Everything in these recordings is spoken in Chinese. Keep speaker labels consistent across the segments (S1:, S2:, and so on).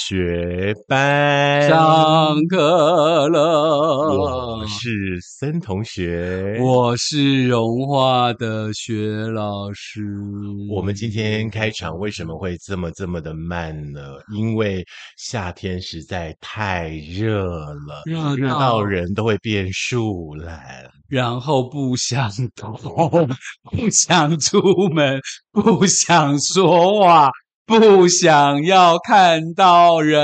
S1: 学班，
S2: 上课了
S1: 我。是森同学。
S2: 我是融化的学老师。
S1: 我们今天开场为什么会这么这么的慢呢？因为夏天实在太热了，
S2: 热
S1: 热
S2: 到
S1: 到人都会变树懒。
S2: 然后不想动，不想出门，不想说话，不想要看到人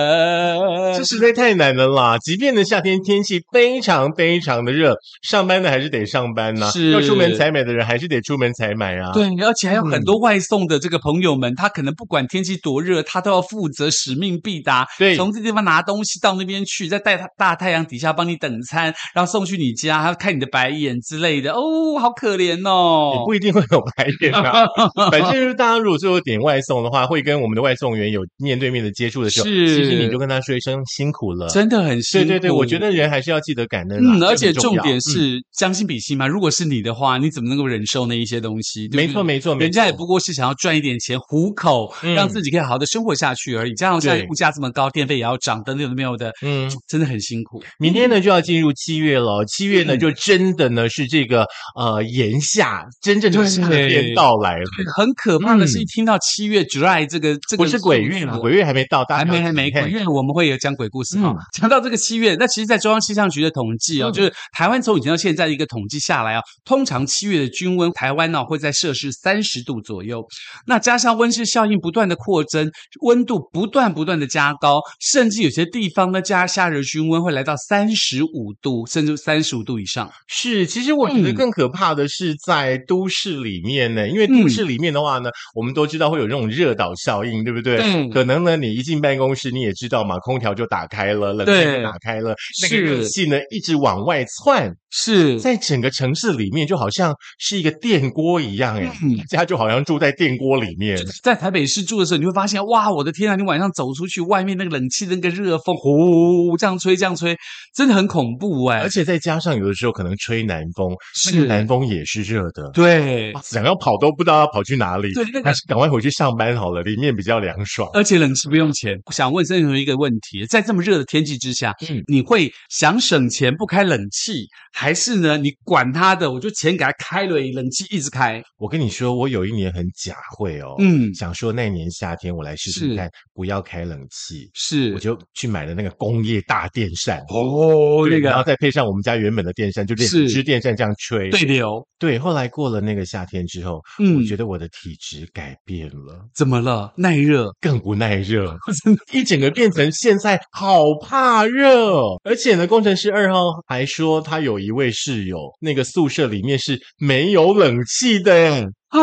S1: 这。实在太难了啦！即便呢夏天天气非常非常的热，上班的还是得上班呐、
S2: 是
S1: 要出门采买的人还是得出门采买啊。
S2: 对，而且还有很多外送的这个朋友们，他可能不管天气多热，他都要负责使命必达，
S1: 对
S2: 从这地方拿东西到那边去，再带他大太阳底下帮你等餐，然后送去你家，还看你的白眼之类的，哦，好可怜
S1: 也
S2: 哦
S1: 不。一定会有白天 啊。反正就是大家如果最后点外送的话，会跟我们的外送员有面对面的接触的时候，
S2: 是
S1: 其实你就跟他说一声辛苦了。
S2: 真的很辛
S1: 对
S2: 苦，
S1: 对对，我觉得人还是要记得感恩啦。啊
S2: 嗯，
S1: 这
S2: 而
S1: 很
S2: 且
S1: 重
S2: 重
S1: 要
S2: 点
S1: 嗯
S2: 是将心比心嘛。如果是你的话，你怎么能够忍受那一些东西？对
S1: 没
S2: 不
S1: 错
S2: 对。
S1: 没错，没
S2: 人家也
S1: 错
S2: 不过是想要赚一点钱糊口，
S1: 嗯
S2: 让自己可以好好的生活下去而已。加上现在
S1: 对
S2: 物价这么高，电费也要涨，等等都没有的，
S1: 嗯。
S2: 真的很辛苦。
S1: 明天呢就要进入七月了哦，七月呢
S2: 嗯
S1: 就真的呢是这个呃炎夏，真正的
S2: 对
S1: 夏天到来了。
S2: 很可怕的是，
S1: 嗯
S2: 一听到七月 July 这个这个
S1: 不是鬼月
S2: 数
S1: 了，
S2: 字啊
S1: 鬼月还没到，大家
S2: 还
S1: 不
S2: 没
S1: 要
S2: 还没，
S1: 急
S2: 鬼月我们会有讲鬼故事哈
S1: 嗯。
S2: 讲到这个七月，那其实，在中央气象局的统计哦，
S1: 嗯
S2: 就是台湾从以前到现在的一个统计下来哦，通常七月的均温，台湾呢、会在摄氏三十度左右。那加上温室效应不断的扩增，温度不断不断的加高，甚至有些地方呢，加夏日均温会来到三十五度，甚至三十五度以上。
S1: 是，其实我觉得
S2: 嗯
S1: 更可怕的是在都市里面呢，因为都
S2: 嗯
S1: 市里面的话呢，我们都知道会有这种热岛效应，对不对？
S2: 对
S1: 可能呢，你一进办公室，你也知道嘛，空调就打开了，冷气就
S2: 对
S1: 打开了，那个热
S2: 是
S1: 气呢一直往外窜，
S2: 是
S1: 在整个城市里面就好像是一个电锅一样，哎、
S2: 嗯
S1: 大家就好像住在电锅里面。
S2: 在台北市住的时候，你会发现，哇，我的天啊！你晚上走出去，外面那个冷气那个热风，呼这样吹，这样吹，真的很恐怖哎、
S1: 而且再加上有的时候可能吹南风，那个
S2: 是
S1: 南风也是热的，
S2: 对
S1: 哇想要跑都不知道要跑去哪里，
S2: 对，那
S1: 还
S2: 个
S1: 是赶快回去上班好了，里面比较凉爽。
S2: 而且冷气不用钱。我想问森同学一个问题：在这么热的天气之下，
S1: 嗯
S2: 你会想省钱不开冷气，还是呢？你管他的，我就钱给他开了，冷气一直开。
S1: 我跟你说，我有一年很假会哦，
S2: 嗯，
S1: 想说那年夏天我来试试
S2: 是
S1: 看，不要开冷气，
S2: 是
S1: 我就去买了那个工业大电扇。
S2: 哦，
S1: 对
S2: 那
S1: 然后
S2: 个
S1: 再配上我们家原本的电扇，就两
S2: 是
S1: 只电扇这样吹。
S2: 对流，
S1: 对，后来过了那个夏天之后，我
S2: 嗯
S1: 觉，得我的体质改变了，
S2: 怎么了？耐热，
S1: 更不耐 热，
S2: 真的
S1: 一整个变成现在好怕热哦。而且呢，工程师二号还说他有一位室友，那个宿舍里面是没有冷气的耶。
S2: 啊，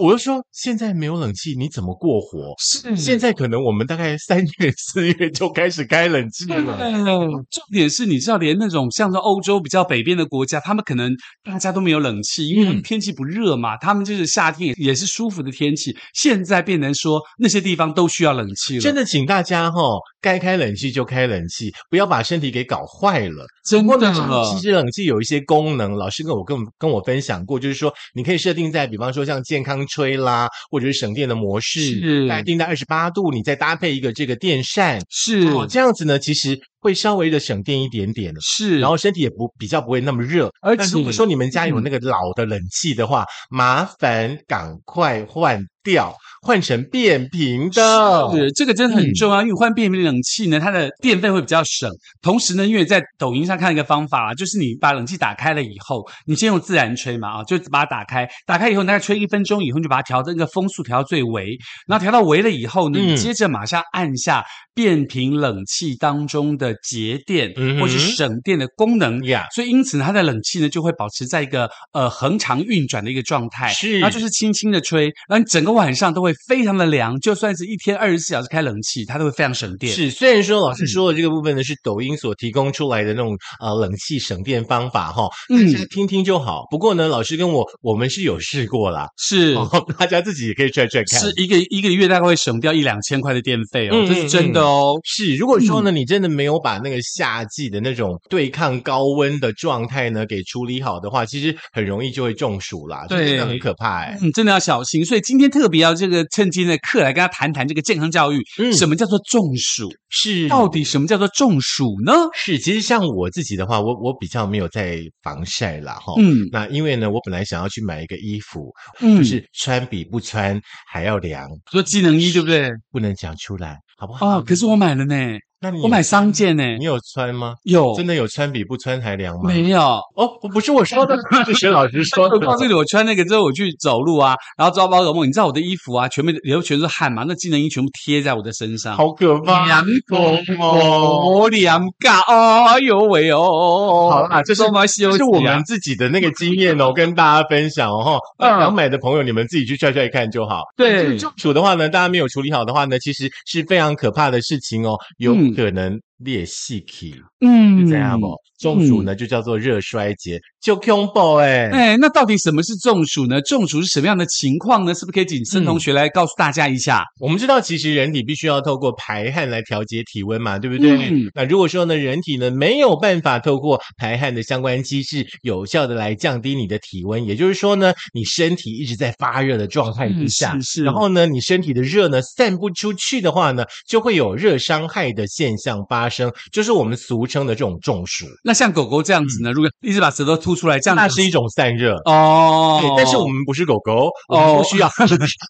S1: 我就说现在没有冷气，你怎么过活？
S2: 是
S1: 现在可能我们大概三月、四月就开始开冷气
S2: 嗯
S1: 了。
S2: 重点是，你知道，连那种像是欧洲比较北边的国家，他们可能大家都没有冷气，因为他
S1: 嗯
S2: 们天气不热嘛，他们就是夏天也是舒服的天气。现在变成说那些地方都需要冷气了，
S1: 真的，请大家哈、该开冷气就开冷气，不要把身体给搞坏了。
S2: 真
S1: 不过
S2: 的
S1: 呢，其实冷气有一些功能，老师跟我跟我跟我分享过，就是说你可以设定在，比方说像健康吹啦，或者是省电的模式，
S2: 是
S1: 大概定在二十八度，你再搭配一个这个电扇，
S2: 是
S1: 哦，这样子呢，其实会稍微的省电一点点。
S2: 是，
S1: 然后身体也不比较不会那么热，
S2: 而
S1: 但如果
S2: 且
S1: 说你们
S2: 嗯
S1: 家有那个老的冷气的话，麻烦赶快换掉，换成变频的。
S2: 是这个真
S1: 嗯
S2: 的很重要，因为换变频冷气呢，它的电费会比较省。同时呢，因为在抖音上看一个方法啊，就是你把冷气打开了以后，你先用自然吹嘛啊，就把它打开，打开以后大概吹一分钟以后，你就把它调到那个风速调到最微，然后调到微了以后呢，
S1: 嗯
S2: 你接着马上按下变频冷气当中的节电
S1: 嗯哼
S2: 或是省电的功能。
S1: 呀
S2: 所以因此呢它的冷气呢就会保持在一个呃恒常运转的一个状态，
S1: 是
S2: 然后就是轻轻的吹，然后你整个晚上都会非常的凉，就算是一天二十四小时开冷气，它都会非常省电。
S1: 是，虽然说老
S2: 嗯
S1: 师说的这个部分呢是抖音所提供出来的那种呃冷气省电方法哈，大
S2: 嗯
S1: 家听听就好。不过呢，老师跟我我们是有试过啦，
S2: 是。
S1: 哦大家自己也可以踹踹看。
S2: 是一个一个月大概会省掉一两千块的电费哦，
S1: 嗯
S2: 这是真的
S1: 哦。是，如果说
S2: 嗯
S1: 呢，你真的没有把那个夏季的那种对抗高温的状态呢给处理好的话，其实很容易就会中暑啦，这
S2: 对
S1: 真的很可怕哎、
S2: 嗯，真的要小心。所以今天特别要这个趁今天的课来跟他谈谈这个健康教育，
S1: 嗯
S2: 什么叫做中暑？
S1: 是，
S2: 到底什么叫做中暑呢？
S1: 是，其实像我自己的话，我我比较没有在防晒啦，哈。
S2: 嗯
S1: 那因为呢，我本来想要去买一个衣服，
S2: 嗯，
S1: 就是穿比不穿还要凉，
S2: 说机能衣对不对？
S1: 不能讲出来，好不好？
S2: 哦，可是我买了呢，
S1: 那你
S2: 我买商件呢，
S1: 你有穿吗？
S2: 有
S1: 嗯真的有穿比不穿还凉吗？
S2: 没有？
S1: 哦，不是我 说的，是薛老师说
S2: 我
S1: 的。
S2: 告诉你，我穿那个之后，我去走路啊，然后抓包狗梦，你知道我的衣服啊，全部流全是汗嘛，那机能衣全部贴在我的身上，
S1: 好可怕！
S2: 凉
S1: 公哦，
S2: 哦，凉尬，哎呦喂哦，
S1: 好啦这是
S2: 多么
S1: 这
S2: 羞耻
S1: 是
S2: 啊
S1: 我们自己的那个经验哦，跟大家分享哦。
S2: 嗯
S1: 哈，想买的朋友，你们自己去踹踹看就好。
S2: 对
S1: 中暑的话呢，大家没有处理好的话呢，其实是非常可怕的事情哦，有
S2: 嗯
S1: 可能裂细体，
S2: 嗯
S1: 是这样哦。中暑呢就叫做热衰竭，就 combo 哎、
S2: 哎，那到底什么是中暑呢？中暑是什么样的情况呢？是不是可以请
S1: 嗯
S2: 孙同学来告诉大家一下？
S1: 我们知道，其实人体必须要透过排汗来调节体温嘛，对不对？
S2: 嗯
S1: 那如果说呢，人体呢没有办法透过排汗的相关机制，有效的来降低你的体温，也就是说呢，你身体一直在发热的状态之哎下，
S2: 嗯是是
S1: 然后呢，你身体的热呢散不出去的话呢，就会有热伤害的现象发生，就是我们俗称的这种中暑，
S2: 那像狗狗这样子呢，如果一直把舌头吐出来，这样
S1: 嗯那
S2: 子
S1: 是一种散热。
S2: 哦
S1: 对，，但是我们不是狗狗，我
S2: 哦
S1: 们不需要，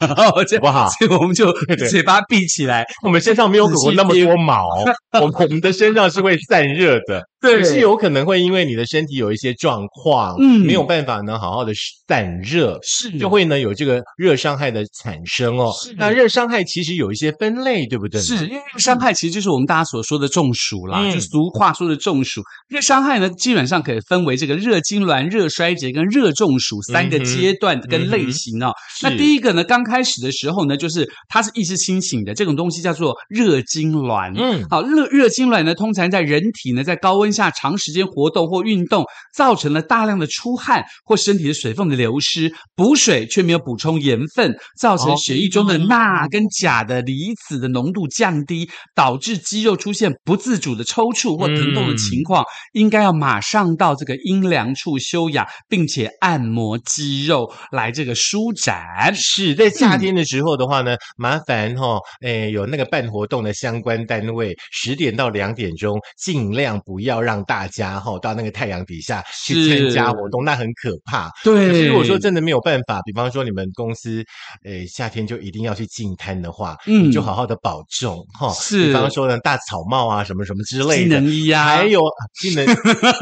S2: 哦这
S1: 好不好
S2: 所以 我们就
S1: 对对
S2: 嘴巴闭起来。
S1: 我们身上没有狗狗那么多 毛，我们我们的身上是会散热的，
S2: 对
S1: 可是有可能会因为你的身体有一些状况，
S2: 嗯
S1: 没有办法呢好好的散热。
S2: 是
S1: 就会呢有这个热伤害的产生哦
S2: 是。
S1: 那热伤害其实有一些分类，对不对？
S2: 是，因为热伤害其实就是我们大家所说的中暑啦，
S1: 嗯
S2: 就俗话说的中暑。热伤害呢，基本上可以分为这个热痉挛、热衰竭跟热中暑三个
S1: 嗯哼
S2: 阶段跟
S1: 嗯
S2: 类
S1: 哼
S2: 型哦。
S1: 是
S2: 那第一个呢，刚开始的时候呢，就是它是意识清醒的，这种东西叫做热痉挛。
S1: 嗯
S2: 好，热热痉挛呢，通常在人体呢，在高温下长时间活动或运动，造成了大量的出汗或身体的水分的流失，补水却没有补充盐分，造成
S1: 哦
S2: 血液中的钠跟钾的离子的浓度降低，导致肌肉出现不自主的抽搐或疼痛的情况，
S1: 嗯
S2: 应该要马上到这个阴凉处休养，并且按摩肌肉来这个舒展。
S1: 是在
S2: 嗯
S1: 夏天的时候的话呢，麻烦哈、哦，诶，有那个办活动的相关单位，十点到两点钟，尽量不要让大家哈、哦、到那个太阳底下去参
S2: 是
S1: 加活动，那很可怕。可
S2: 对
S1: 是如果说真的没有办法，比方说你们公司，诶，夏天就一定要去净滩的话，
S2: 嗯
S1: 你就好好的保重哈。
S2: 是
S1: 比方说呢，大草帽啊，什么什么之类
S2: 机
S1: 的。
S2: 能衣呀、
S1: 还有啊机能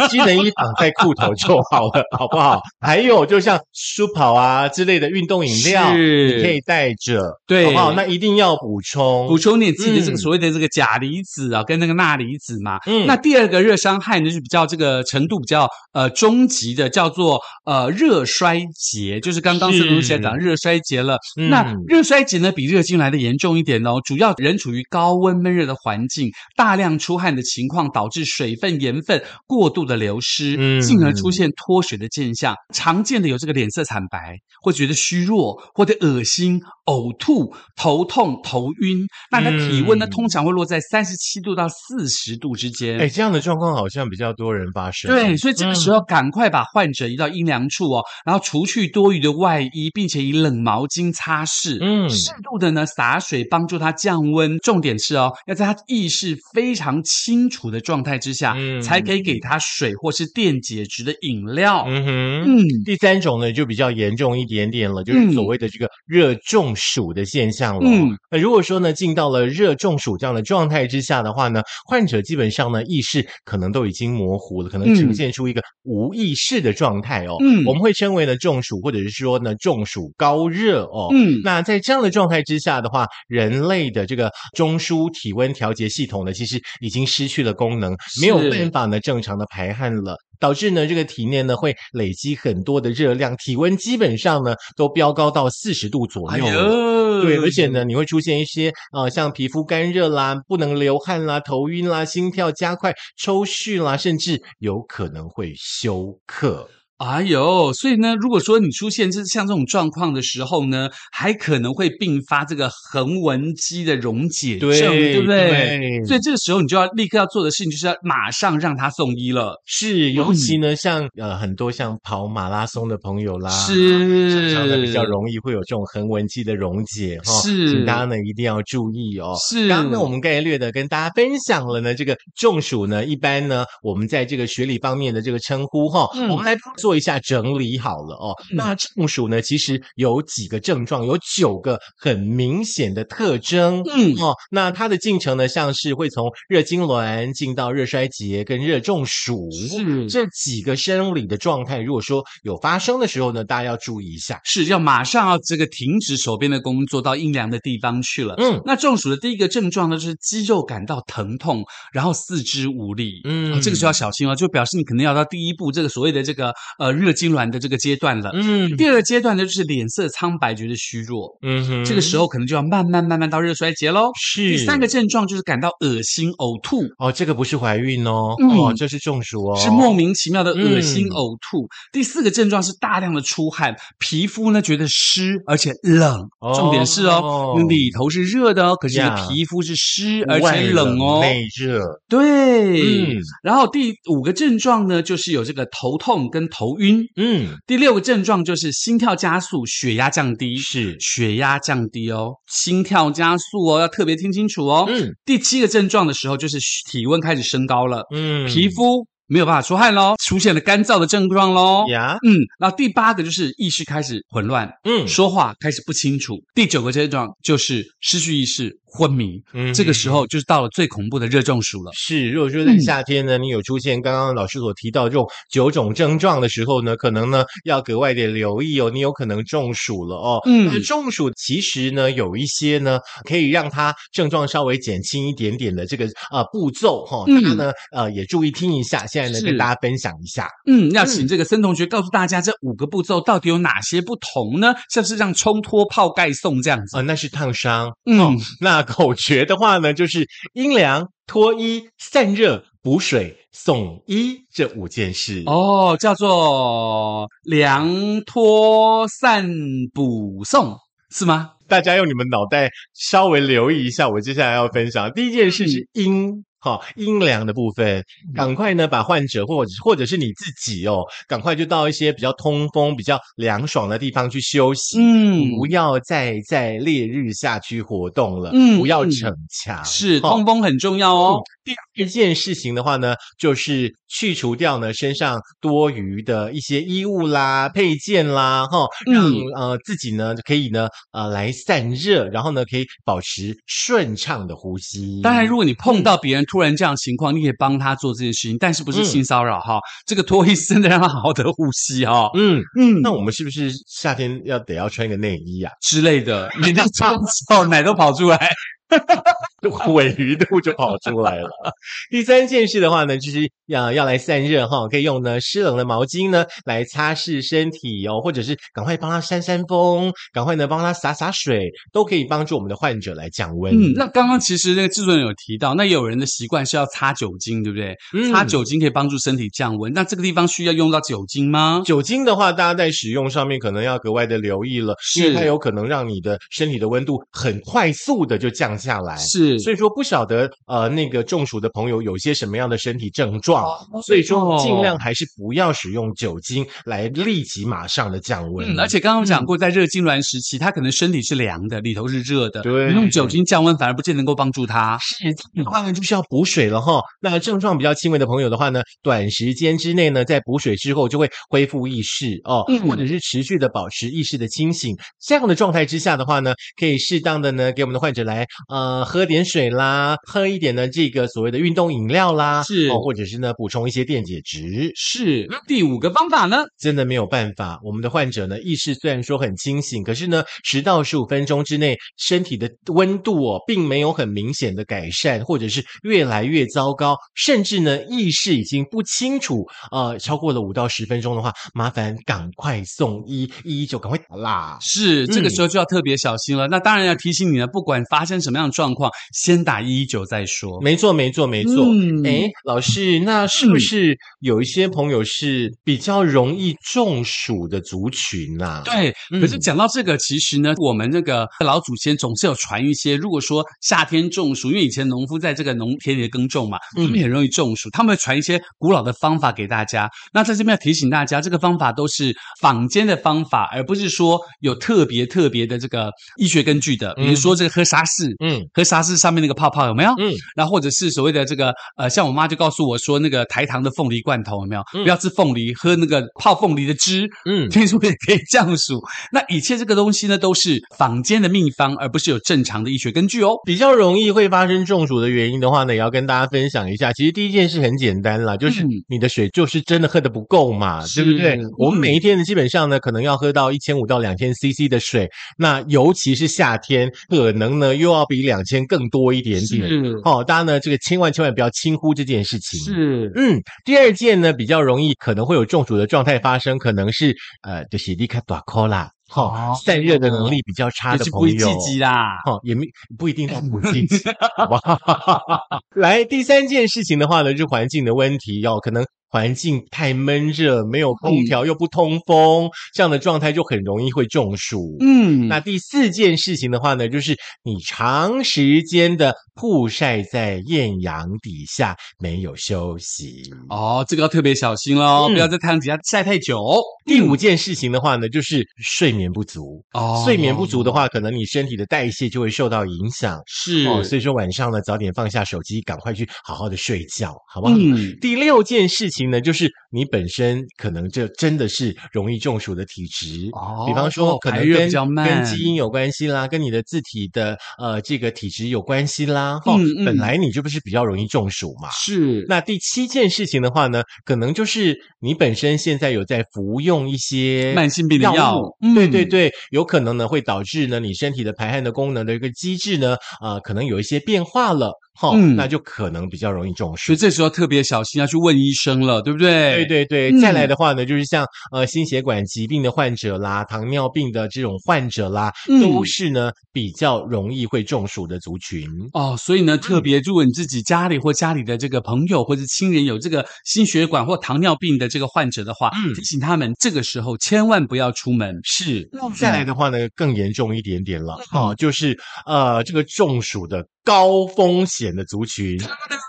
S1: 机能衣绑在裤头就好了，好不好？ 还有就像舒跑啊之类的运动饮料，
S2: 是
S1: 你可以带着，
S2: 对
S1: 好不好？那一定要补充，
S2: 补充点自己的这个
S1: 嗯
S2: 所谓的这个钾离子啊，跟那个钠离子嘛。
S1: 嗯
S2: 那第二个热伤害呢，就是比较这个程度比较呃终极的，叫做呃热衰竭，就是刚刚
S1: 是
S2: 孙同学讲热衰竭了。
S1: 嗯
S2: 那热衰竭呢，比热痉挛的严重一点哦，主要人处于高温闷热的环境，大量出汗的情况，导致水分、盐分过度的流失，
S1: 嗯
S2: 进而出现脱水的现象。常见的有这个脸色惨白，或觉得虚弱，或者恶心、呕吐、头痛、头晕。那你的体温呢，
S1: 嗯
S2: 通常会落在三十七度到四十度之间。
S1: 哎，这样的状况好像比较多人发生，
S2: 对，所以这个时
S1: 候。
S2: 候赶快把患者移到阴凉处哦，然后除去多余的外衣，并且以冷毛巾擦拭。
S1: 嗯
S2: 适度的呢洒水帮助他降温。重点是哦，要在他意识非常清楚的状态之下，
S1: 嗯
S2: 才可以给他水或是电解质的饮料。
S1: 嗯哼，
S2: 嗯
S1: 第三种呢，就比较严重一点点了，就是
S2: 嗯
S1: 所谓的这个热中暑的现象了。
S2: 嗯
S1: 那如果说呢，进到了热中暑这样的状态之下的话呢，患者基本上呢意识可能都已经模糊了，可能
S2: 嗯
S1: 呈现出一个无意识的状态哦。
S2: 嗯
S1: 我们会称为呢中暑，或者是说呢中暑高热哦。
S2: 嗯
S1: 那在这样的状态之下的话，人类的这个中枢体温调节系统呢，其实已经失去了功能，没有
S2: 是
S1: 办法呢正常的排汗了。导致呢，这个体内呢会累积很多的热量，体温基本上呢都飙高到四十度左右了。
S2: 哎呦
S1: 对，而且呢，你会出现一些呃，像皮肤干热啦、不能流汗啦、头晕啦、心跳加快、抽搐啦，甚至有可能会休克。
S2: 哎呦，所以呢，如果说你出现这像这种状况的时候呢，还可能会并发这个横纹肌的溶解症，
S1: 对
S2: 对不
S1: 对
S2: 所以这个时候你就要立刻要做的事情，就是要马上让他送医了。
S1: 是，尤其呢，像呃很多像跑马拉松的朋友啦，
S2: 是，
S1: 常常比较容易会有这种横纹肌的溶解哈，
S2: 是
S1: 请大家呢一定要注意哦。
S2: 是
S1: 刚刚呢我们概略的跟大家分享了呢，这个中暑呢，一般呢我们在这个学理方面的这个称呼哈、
S2: 嗯
S1: 我们来做一下整理好了哦。
S2: 嗯
S1: 那中暑呢，其实有几个症状，有九个很明显的特征。
S2: 嗯
S1: 哦，那它的进程呢，像是会从热痉挛进到热衰竭跟热中暑，
S2: 是
S1: 这几个生理的状态，如果说有发生的时候呢，大家要注意一下。
S2: 是要马上要这个停止手边的工作，到阴凉的地方去了。
S1: 嗯
S2: 那中暑的第一个症状呢，就是肌肉感到疼痛，然后四肢无力。
S1: 嗯
S2: 啊这个时候要小心哦，就表示你可能要到第一步这个所谓的这个呃热痉挛的这个阶段了。
S1: 嗯
S2: 第二个阶段呢，就是脸色苍白，觉得虚弱。
S1: 嗯哼
S2: 这个时候可能就要慢慢慢慢到热衰竭喽。
S1: 是
S2: 第三个症状就是感到恶心、呕吐，
S1: 哦，这个不是怀孕哦，
S2: 嗯
S1: 哦，这是中暑哦，
S2: 是莫名其妙的恶心
S1: 嗯
S2: 呕吐。第四个症状是大量的出汗，皮肤呢觉得湿而且冷，
S1: 哦
S2: 重点是哦，你里头是热的哦，可是你
S1: 呀
S2: 的皮肤是湿而
S1: 外
S2: 且冷哦。
S1: 内热，
S2: 对，
S1: 嗯
S2: 然后第五个症状呢，就是有这个头痛跟头晕。
S1: 嗯，
S2: 第六个症状就是心跳加速、血压降低，
S1: 是
S2: 血压降低哦，心跳加速哦，要特别听清楚哦。
S1: 嗯
S2: 第七个症状的时候就是体温开始升高了，
S1: 嗯，
S2: 皮肤没有办法出汗喽，出现了干燥的症状喽。
S1: 呀，
S2: 嗯，然后第八个就是意识开始混乱，
S1: 嗯
S2: 说话开始不清楚。第九个症状就是失去意识、昏迷。
S1: 嗯
S2: 这个时候就是到了最恐怖的热中暑了。
S1: 是，如果说
S2: 嗯
S1: 在夏天呢，你有出现刚刚老师所提到这种九种症状的时候呢，可能呢要格外的留意哦，你有可能中暑了哦。
S2: 嗯
S1: 那中暑其实呢有一些呢可以让它症状稍微减轻一点点的这个呃步骤哈、大家
S2: 嗯
S1: 呢呃也注意听一下，现在呢跟
S2: 是
S1: 大家分享一下。
S2: 嗯，要请这个森同学告诉大家这五个步骤到底有哪些不同呢？像是让冲脱、泡盖送这样子。
S1: 呃，那是烫伤。
S2: 嗯，
S1: 那口诀的话呢，就是阴凉、脱衣、散热、补水、送医这五件事。
S2: 哦，叫做凉脱散补送是吗？
S1: 大家用你们脑袋稍微留意一下，我接下来要分享第一件
S2: 嗯
S1: 事是阴。好、阴凉的部分，赶快呢把患者或者或者是你自己哦，赶快就到一些比较通风、比较凉爽的地方去休息，
S2: 嗯，
S1: 不要再在烈日下去活动了，
S2: 嗯
S1: 不要
S2: 嗯
S1: 逞强。
S2: 是
S1: 哦
S2: 通风很重要哦。
S1: 第二件事情的话呢，就是去除掉呢身上多余的一些衣物啦、配件啦，哈，让、
S2: 嗯
S1: 呃自己呢可以呢呃来散热，然后呢可以保持顺畅的呼吸。
S2: 当然，如果你碰
S1: 嗯
S2: 到别人突然这样的情况，你也帮他做这件事情，但是不是性骚扰哈？这个脱衣是真的让他好好的呼吸哈，
S1: 嗯，
S2: 嗯
S1: 那我们是不是夏天要得要穿个内衣啊？
S2: 之类的，人家这样子奶都跑出来。
S1: 尾鱼肚就跑出来了。 第三件事的话呢，就是要要来散热哈，可以用呢湿冷的毛巾呢来擦拭身体哦，或者是赶快帮他扇扇风，赶快呢帮他洒洒水，都可以帮助我们的患者来降温。
S2: 嗯，那刚刚其实那个制作人有提到，那也有人的习惯是要擦酒精，对不对？
S1: 嗯
S2: 擦酒精可以帮助身体降温，那这个地方需要用到酒精吗？
S1: 酒精的话，大家在使用上面可能要格外的留意了，因为
S2: 是
S1: 它有可能让你的身体的温度很快速的就降下来。
S2: 是，
S1: 所以说不晓得呃那个中暑的朋友有些什么样的身体症状，哦所以说尽量还是不要使用酒精来立即马上的降温。
S2: 嗯，而且刚刚讲过，在热痉挛时期，他可能身体是凉的，里头是热的，
S1: 对
S2: 你用酒精降温反而不见能够帮助他。嗯
S1: 是，当然就是要补水了哈。那症状比较轻微的朋友的话呢，短时间之内呢，在补水之后就会恢复意识哦，
S2: 嗯
S1: 或者是持续的保持意识的清醒。这样的状态之下的话呢，可以适当的呢给我们的患者来呃喝点水啦，喝一点呢这个所谓的运动饮料啦，
S2: 是
S1: 哦，或者是呢补充一些电解质。
S2: 是第五个方法呢？
S1: 真的没有办法，我们的患者呢，意识虽然说很清醒，可是呢，十到十五分钟之内，身体的温度哦，并没有很明显的改善，或者是越来越糟糕，甚至呢，意识已经不清楚。呃，超过了五到十分钟的话，麻烦赶快送医，医就赶快打啦。
S2: 是
S1: 嗯
S2: 这个时候就要特别小心了。那当然要提醒你呢，不管发生什么样的状况，先打一一九再说。
S1: 没错，没错，没错。
S2: 嗯
S1: 哎、老师，那是不是有一些朋友是比较容易中暑的族群啊？
S2: 对，
S1: 嗯
S2: 可是讲到这个，其实呢，我们那个老祖先总是有传一些，如果说夏天中暑，因为以前农夫在这个农田里耕种嘛，
S1: 嗯
S2: 他们很容易中暑，他们会传一些古老的方法给大家。那在这边要提醒大家，这个方法都是坊间的方法，而不是说有特别特别的这个医学根据的，比如说这个喝沙士。
S1: 嗯
S2: 喝沙士上面那个泡泡有没有？
S1: 嗯，
S2: 然后或者是所谓的这个呃，像我妈就告诉我说，那个台糖的凤梨罐头有没有？
S1: 嗯
S2: 不要吃凤梨，喝那个泡凤梨的汁，
S1: 嗯
S2: 听说也可以降暑。那一切这个东西呢，都是坊间的秘方，而不是有正常的医学根据哦。
S1: 比较容易会发生中暑的原因的话呢，也要跟大家分享一下。其实第一件事很简单啦，就是
S2: 嗯
S1: 你的水就是真的喝的不够嘛，对
S2: 是
S1: 不对
S2: 嗯？
S1: 我们每一天呢，基本上呢，可能要喝到一千五到两千 CC 的水，那尤其是夏天，可能呢又要比两千更多一点点。哦，大家呢这个千万千万不要轻忽这件事情。。
S2: 是，
S1: 嗯，第二件呢比较容易可能会有中暑的状态发生，可能是呃，就是立刻短 call 啦，哈、
S2: 哦
S1: 散热的能力比较差
S2: 就
S1: 的
S2: 是
S1: 朋
S2: 不
S1: 友，
S2: 会积极啦。
S1: 哦，也没不一定到不积 极，好不好？ 来，第三件事情的话呢，就是环境的问题哦，可能环境太闷热，没
S2: 嗯
S1: 有空调又不通风，这样的状态就很容易会中暑。
S2: 嗯，
S1: 那第四件事情的话呢，就是你长时间的曝晒在艳阳底下，没有休息。
S2: 哦，这个要特别小心喽，
S1: 嗯
S2: 不要在太阳底下晒太久。
S1: 第五件事情的话呢，就是睡眠不足。
S2: 哦
S1: 睡眠不足的话，可能你身体的代谢就会受到影响。
S2: 是，嗯
S1: 哦，所以说晚上呢，早点放下手机，赶快去好好的睡觉，好不好？
S2: 嗯，
S1: 第六件事情呢，就是你本身可能就真的是容易中暑的体质，
S2: 哦
S1: 比方说可能
S2: 排热
S1: 跟
S2: 比较慢
S1: 跟基因有关系啦，跟你的字体的呃这个体质有关系啦。哈、
S2: 嗯嗯
S1: 本来你就不是比较容易中暑嘛。
S2: 是，
S1: 那第七件事情的话呢，可能就是你本身现在有在服用一些
S2: 慢性病的
S1: 药
S2: 药
S1: 物，
S2: 嗯
S1: 对对对，有可能呢会导致呢你身体的排汗的功能的一个机制呢，啊、可能有一些变化了，哈、
S2: 嗯
S1: 那就可能比较容易中暑
S2: 所以。这时候特别小心，要去问医生了，对不
S1: 对
S2: 对？。
S1: 对对，
S2: 嗯
S1: 再来的话呢，就是像呃心血管疾病的患者啦、糖尿病的这种患者啦，
S2: 嗯
S1: 都是呢比较容易会中暑的族群。
S2: 哦，所
S1: 嗯
S2: 以呢，特别如果你自己家里或家里的这个朋友或者亲人有这个心血管或糖尿病的这个患者的话，
S1: 嗯
S2: 提醒他们这个时候千万不要出门。嗯
S1: 是，再来的话呢，更严重一点点了，哦，就是呃，这个中暑的高风险的族 群，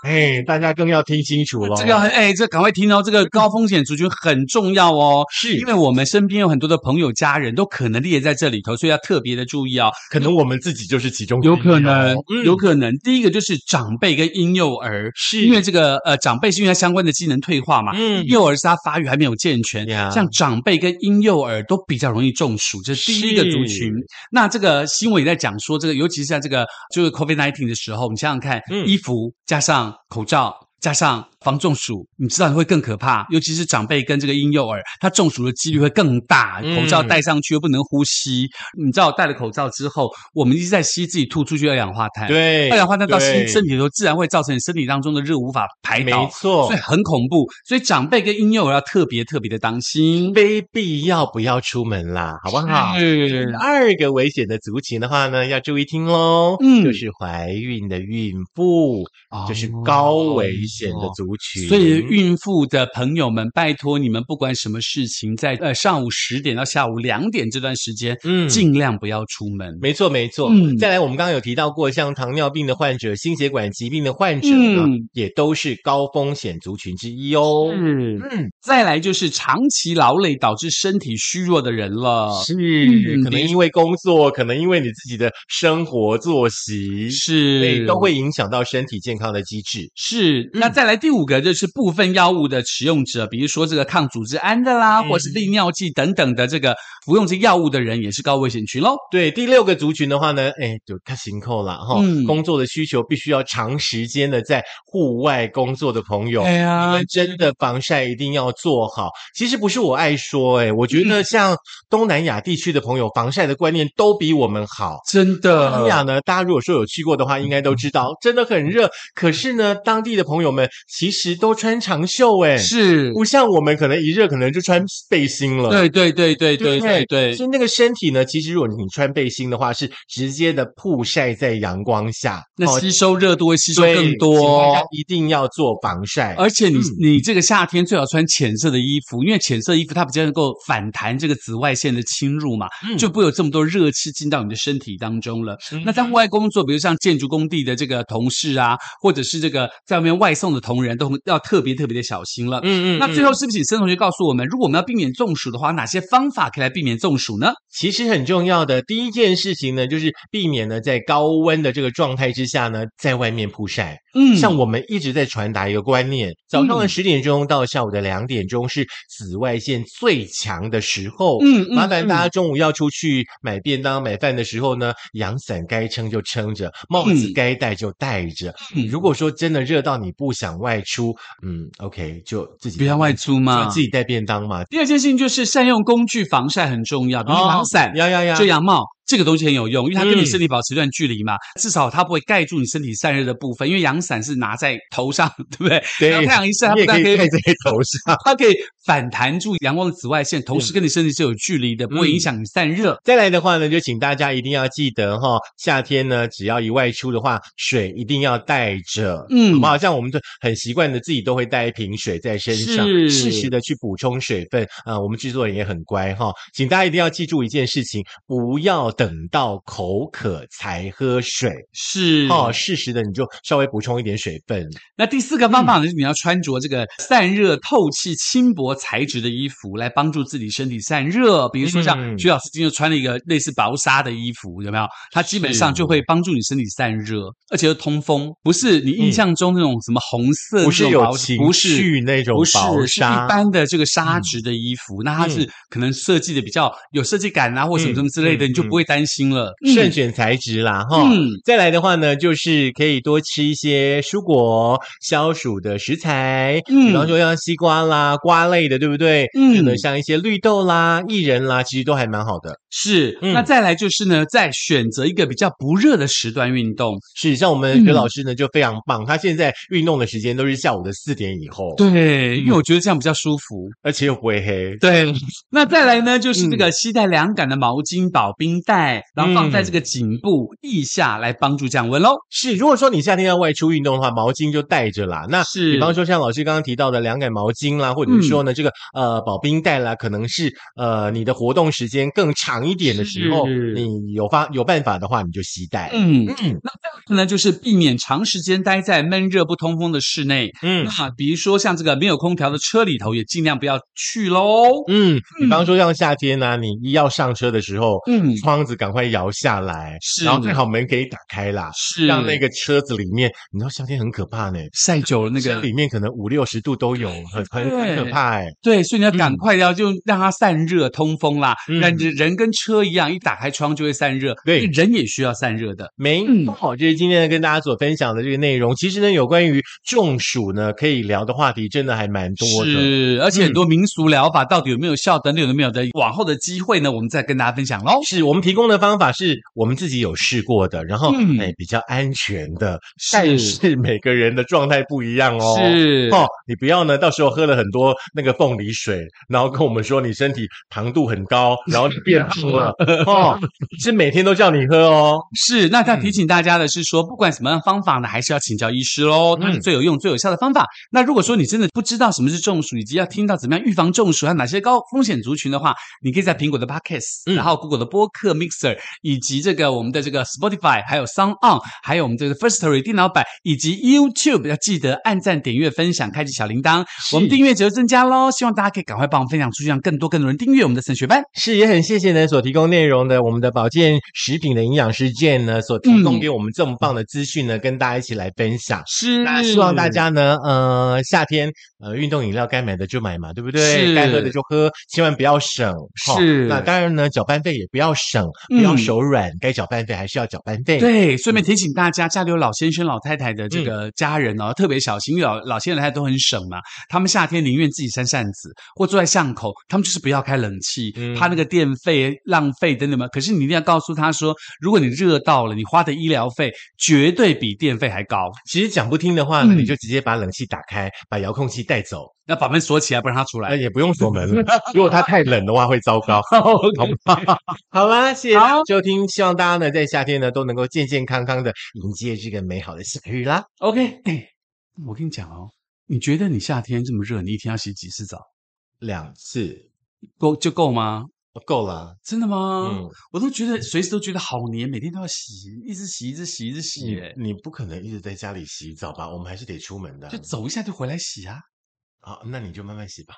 S1: 哎，大家更要听清楚了，
S2: 这个很哎，这赶快听哦，这个高风险族群很重要哦，
S1: 是
S2: 因为我们身边有很多的朋友、家人都可能列在这里头，所以要特别的注意哦。
S1: 可能我们自己就是其中之一
S2: 有可能
S1: 哦嗯，
S2: 有可能。第一个就是长辈跟婴幼儿，
S1: 是
S2: 因为这个呃，长辈是因为他相关的机能退化嘛，
S1: 嗯
S2: 婴幼儿是他发育还没有健全
S1: 呀，
S2: 像长辈跟婴幼儿都比较容易中暑，这是第一个族群
S1: 是。
S2: 那这个新闻也在讲说，这个尤其是在这个就是 COVID nineteen 的时候，你想想看
S1: 嗯，
S2: 衣服加上口罩。加上防中暑，你知道会更可怕，尤其是长辈跟这个婴幼儿，他中暑的几率会更大。
S1: 嗯
S2: 口罩戴上去又不能呼吸，你知道戴了口罩之后，我们一直在吸自己吐出去的二氧化碳，，
S1: 对，
S2: 二氧化碳到身
S1: 对
S2: 身体里头，自然会造成你身体当中的热无法排
S1: 没
S2: 导，
S1: 错
S2: 所以。很恐怖。所以长辈跟婴幼儿要特别特别的当心。
S1: 非必要不要出门啦，好不好？
S2: 是
S1: 第二个危险的族群的话呢，要注意听喽，
S2: 嗯
S1: 就是怀孕的孕妇，这是高危险的族群，
S2: 啊哦所以，孕妇的朋友们，拜托你们，不管什么事情，在呃上午十点到下午两点这段时间，
S1: 嗯
S2: 尽量不要出门。
S1: 没错，没错。
S2: 嗯
S1: 再来，我们刚刚有提到过，像糖尿病的患者、心血管疾病的患者呢，
S2: 嗯
S1: 也都是高风险族群之一哦。
S2: 是，
S1: 嗯，
S2: 再来就是长期劳累导致身体虚弱的人了。
S1: 是，
S2: 嗯
S1: 可能
S2: 比如
S1: 因为工作，可能因为你自己的生活作息，对，
S2: 是，
S1: 都会影响到身体健康的机制。
S2: 是，那再来第五个就是部分药物的使用者，比如说这个抗组织胺的啦，
S1: 嗯
S2: 或是利尿剂等等的这个服用这药物的人也是高危险群喽。
S1: 对，第六个族群的话呢，哎，就看行扣啦哈，
S2: 嗯
S1: 工作的需求必须要长时间的在户外工作的朋友，你
S2: 哎呀
S1: 们真的防晒一定要做好。其实不是我爱说、哎，我
S2: 嗯
S1: 觉得像东南亚地区的朋友，防晒的观念都比我们好。
S2: 真
S1: 呃东南亚
S2: 的，嗯
S1: 呢，大家如果说有去过的话，应该都知道，真的很热。可是呢，当地的朋友们其实都穿长袖哎，
S2: 是，
S1: 不像我们可能一热可能就穿背心了。
S2: 对对对对对
S1: 不
S2: 对对
S1: 所，以那个身体呢，其实如果你穿背心的话，是直接的曝晒在阳光下，
S2: 那吸收热度会吸收
S1: 哦对
S2: 更
S1: 请大
S2: 多
S1: 家。一定要做防晒。
S2: 而且你、
S1: 嗯
S2: 你这个夏天最好穿浅色的衣服，因为浅色衣服它比较能够反弹这个紫外线的侵入嘛，
S1: 嗯
S2: 就不会有这么多热气进到你的身体当中了。
S1: 嗯
S2: 那在户外工作，比如像建筑工地的这个同事啊，或者是这个在外面外送的同仁，都要特别特别的小心了。
S1: 嗯
S2: 那最后是不是请森同学告诉我们，如果我们要避免中暑的话，哪些方法可以来避免中暑呢？
S1: 其实很重要的第一件事情呢，就是避免呢在高温的这个状态之下呢，在外面曝晒。
S2: 嗯
S1: 像我们一直在传达一个观念，早上的
S2: 嗯
S1: 十点钟到下午的两点钟是紫外线最强的时候。
S2: 嗯嗯
S1: 麻烦大家中午要出去买便当、买饭的时候呢，阳伞该撑就撑着，帽子
S2: 嗯
S1: 该戴就戴着。
S2: 嗯
S1: 如果说真的热到你不想外出，嗯，OK，就自己
S2: 不要外出啊嘛
S1: 就自。己带便当 嘛。
S2: 第二件事情就是善用工具防晒很重要，比如说阳伞、
S1: 呀呀呀，
S2: 遮阳帽这个东西很有用，因为它跟你
S1: 哦嗯
S2: 身体保持一段距离嘛，至少它不会盖住你身体散热的部分，因为阳伞是拿在头上， 对不对？
S1: 对
S2: 然后太阳一晒，
S1: 你
S2: 它不
S1: 也
S2: 但
S1: 可
S2: 可
S1: 以
S2: 以
S1: 戴在头上。
S2: 啊它可以反弹住阳光的紫外线，同
S1: 嗯
S2: 时跟你身体是有距离的，不会影响你散热。
S1: 再来的话呢，就请大家一定要记得哈、夏天呢，只要一外出的话，水一定要带着。
S2: 嗯
S1: 好不好？像我们就很习惯的，自己都会带一瓶水在身上，
S2: 是
S1: 适时的去补充水分。啊、我们制作人也很乖哈、请大家一定要记住一件事情，不要等到口渴才喝水
S2: 是
S1: 哦，适时的你就稍微补充一点水分。
S2: 那第四个方
S1: 嗯
S2: 法呢，就是你要穿着这个散热、透气、轻薄材质的衣服，来帮助自己身体散热。比如说像
S1: 嗯
S2: 徐老师今天就穿了一个类似薄纱的衣服，有没有？它基本上就会帮助你身体散热，而且又通风，不是你印象中那种什么红色的
S1: 嗯不
S2: 那
S1: 是
S2: 种
S1: 有
S2: 薄
S1: 情
S2: 不
S1: 绪
S2: 是
S1: 那种
S2: 不是
S1: 薄
S2: 是
S1: 纱嗯
S2: 一般的这个纱质的衣服，那它是可能设计的比较有设计感啊，或什么什么之类的，
S1: 嗯
S2: 你就不会担心了。嗯
S1: 慎选材质啦，哈、
S2: 嗯
S1: 再来的话呢，就是可以多吃一些蔬果、消暑的食材，
S2: 嗯
S1: 比方说像西瓜啦、瓜类的，对不对？
S2: 嗯
S1: 可能像一些绿豆啦、薏仁啦，其实都还蛮好的。
S2: 是，
S1: 嗯
S2: 那再来就是呢，再选择一个比较不热的时段运动。
S1: 是，像我们
S2: 嗯
S1: 刘老师呢就非常棒，他现在运动的时间都是下午的四点以后，，
S2: 对，
S1: 嗯
S2: 因为我觉得这样比较舒服。
S1: 而且又不会黑。
S2: 对，那再来呢，就是
S1: 嗯
S2: 这个携带凉感的毛巾、保冰袋，然后放在这个颈部、腋下来帮助降温喽。
S1: 是，如果说你夏天要外出运动的话，毛巾就带着啦。那
S2: 是嗯
S1: 比方说像老师刚刚提到的凉感毛巾啦，或者是说呢、这个呃保冰袋啦，可能是呃你的活动时间更长一点的时候，
S2: 是
S1: 你有发有办法的话，你就携带。
S2: 嗯，
S1: 嗯
S2: 那呢就是避免长时间待在闷热不通风的室内。
S1: 嗯
S2: 那比如说像这个没有空调的车里头，也尽量不要去喽。
S1: 嗯，比方说像夏天呢、你一要上车的时候，
S2: 嗯，
S1: 窗子赶快摇下来，
S2: 是
S1: 然后最好门给打开啦，
S2: 是
S1: 让那个车子里面，你知道夏天很可怕呢。
S2: 晒久了那
S1: 车
S2: 个
S1: 里面可能五六十度都有，很很很可
S2: 对
S1: 怕哎、
S2: 对，所以你要赶快要就让它散热通风啦，
S1: 嗯
S2: 让人人跟车一样，一打开窗就会散热，
S1: 对
S2: 因为人也需要散热的。
S1: 没
S2: 嗯
S1: 错，这是今天呢跟大家所分享的这个内容。其实呢，有关于中暑呢，可以聊的话题真的还蛮多的。嗯
S2: 是，而且很多民俗疗法到底有没有效等等有没有的，往后的机会呢，我们再跟大家分享喽。
S1: 是我们提供的方法是我们自己有试过的，然后、
S2: 嗯
S1: 哎比较安全的，
S2: 是
S1: 但是每个人的状态不一样哦。
S2: 是
S1: 哦，你不要呢，到时候喝了很多那个凤梨水，然后跟我们说你身体糖度很高，然后你变胖了 哦，是每天都叫你喝哦。
S2: 是，那要提醒大家的是说，不管什么样的方法呢，还是要请教医师喽，它是
S1: 嗯
S2: 最有用、最有效的方法。那如果说你真的不知道什么是中暑，以及要听到怎么样预防中暑，还有哪些高风险族群的话，你可以在苹果的 Podcast，、
S1: 嗯
S2: 然后 Google 的播客 Mixer，以及这个我们的这个 Spotify，还有 Sound On，还有我们这个 First Story 电脑版，以及 YouTube，要记得按赞、点阅、分享、开启小铃铛，我们
S1: 是
S2: 订阅值就增加喽。希望大家可以赶快帮我们分享出去，让更多更多人订阅我们的神学班。
S1: 是，也很谢谢呢所提供内容的我们的保健食品的营养师 Jane 呢所提
S2: 嗯
S1: 供给我们这么棒的资讯呢，跟大家一起来分享。
S2: 是
S1: 那希望大家呢，呃，夏天呃运动饮料该买的就买嘛，对不对？
S2: 是
S1: 该喝的就喝，千万不要省。齁
S2: 是嗯
S1: 那当然呢，搅拌费也不要省，不要手软，该搅拌费还是要搅拌费。，
S2: 对，顺便提醒大家，家里有老先生、老太太的这个家人哦，特别小心，因为老老先生、老太太都很省嘛，他们夏天宁愿自己扇扇子或坐在巷口，他们就是不要开冷气，
S1: 嗯
S2: 怕那个电费浪费等等嘛。可是你一定要告诉他说，如果你热到了，你花的医疗费绝对比电费还高。
S1: 其实讲不听的话呢，
S2: 嗯
S1: 你就直接把冷气打开，把遥控器带走，
S2: 那把门锁起来，不让它出
S1: 那
S2: 来。
S1: 也不用锁 门了。如果它太冷的话，会糟 糕。好吧， 好啦，谢谢大家收听，希望大家呢在夏天呢都能够健健康康的迎接这个美好的夏日啦。
S2: OK，哎，我跟你讲哦，你觉得你夏天这么热，你一天要洗几次澡？
S1: 两次
S2: 够就够吗？
S1: 够了，
S2: 真的吗？
S1: 嗯，
S2: 我都觉得随时都觉得好黏，每天都要洗，一直洗，一直洗，一直洗、
S1: 你
S2: 哎
S1: 你不可能一直在家里洗澡吧？我们还是得出门的
S2: 就。走一下就回来洗啊。
S1: 好，那你就慢慢洗吧。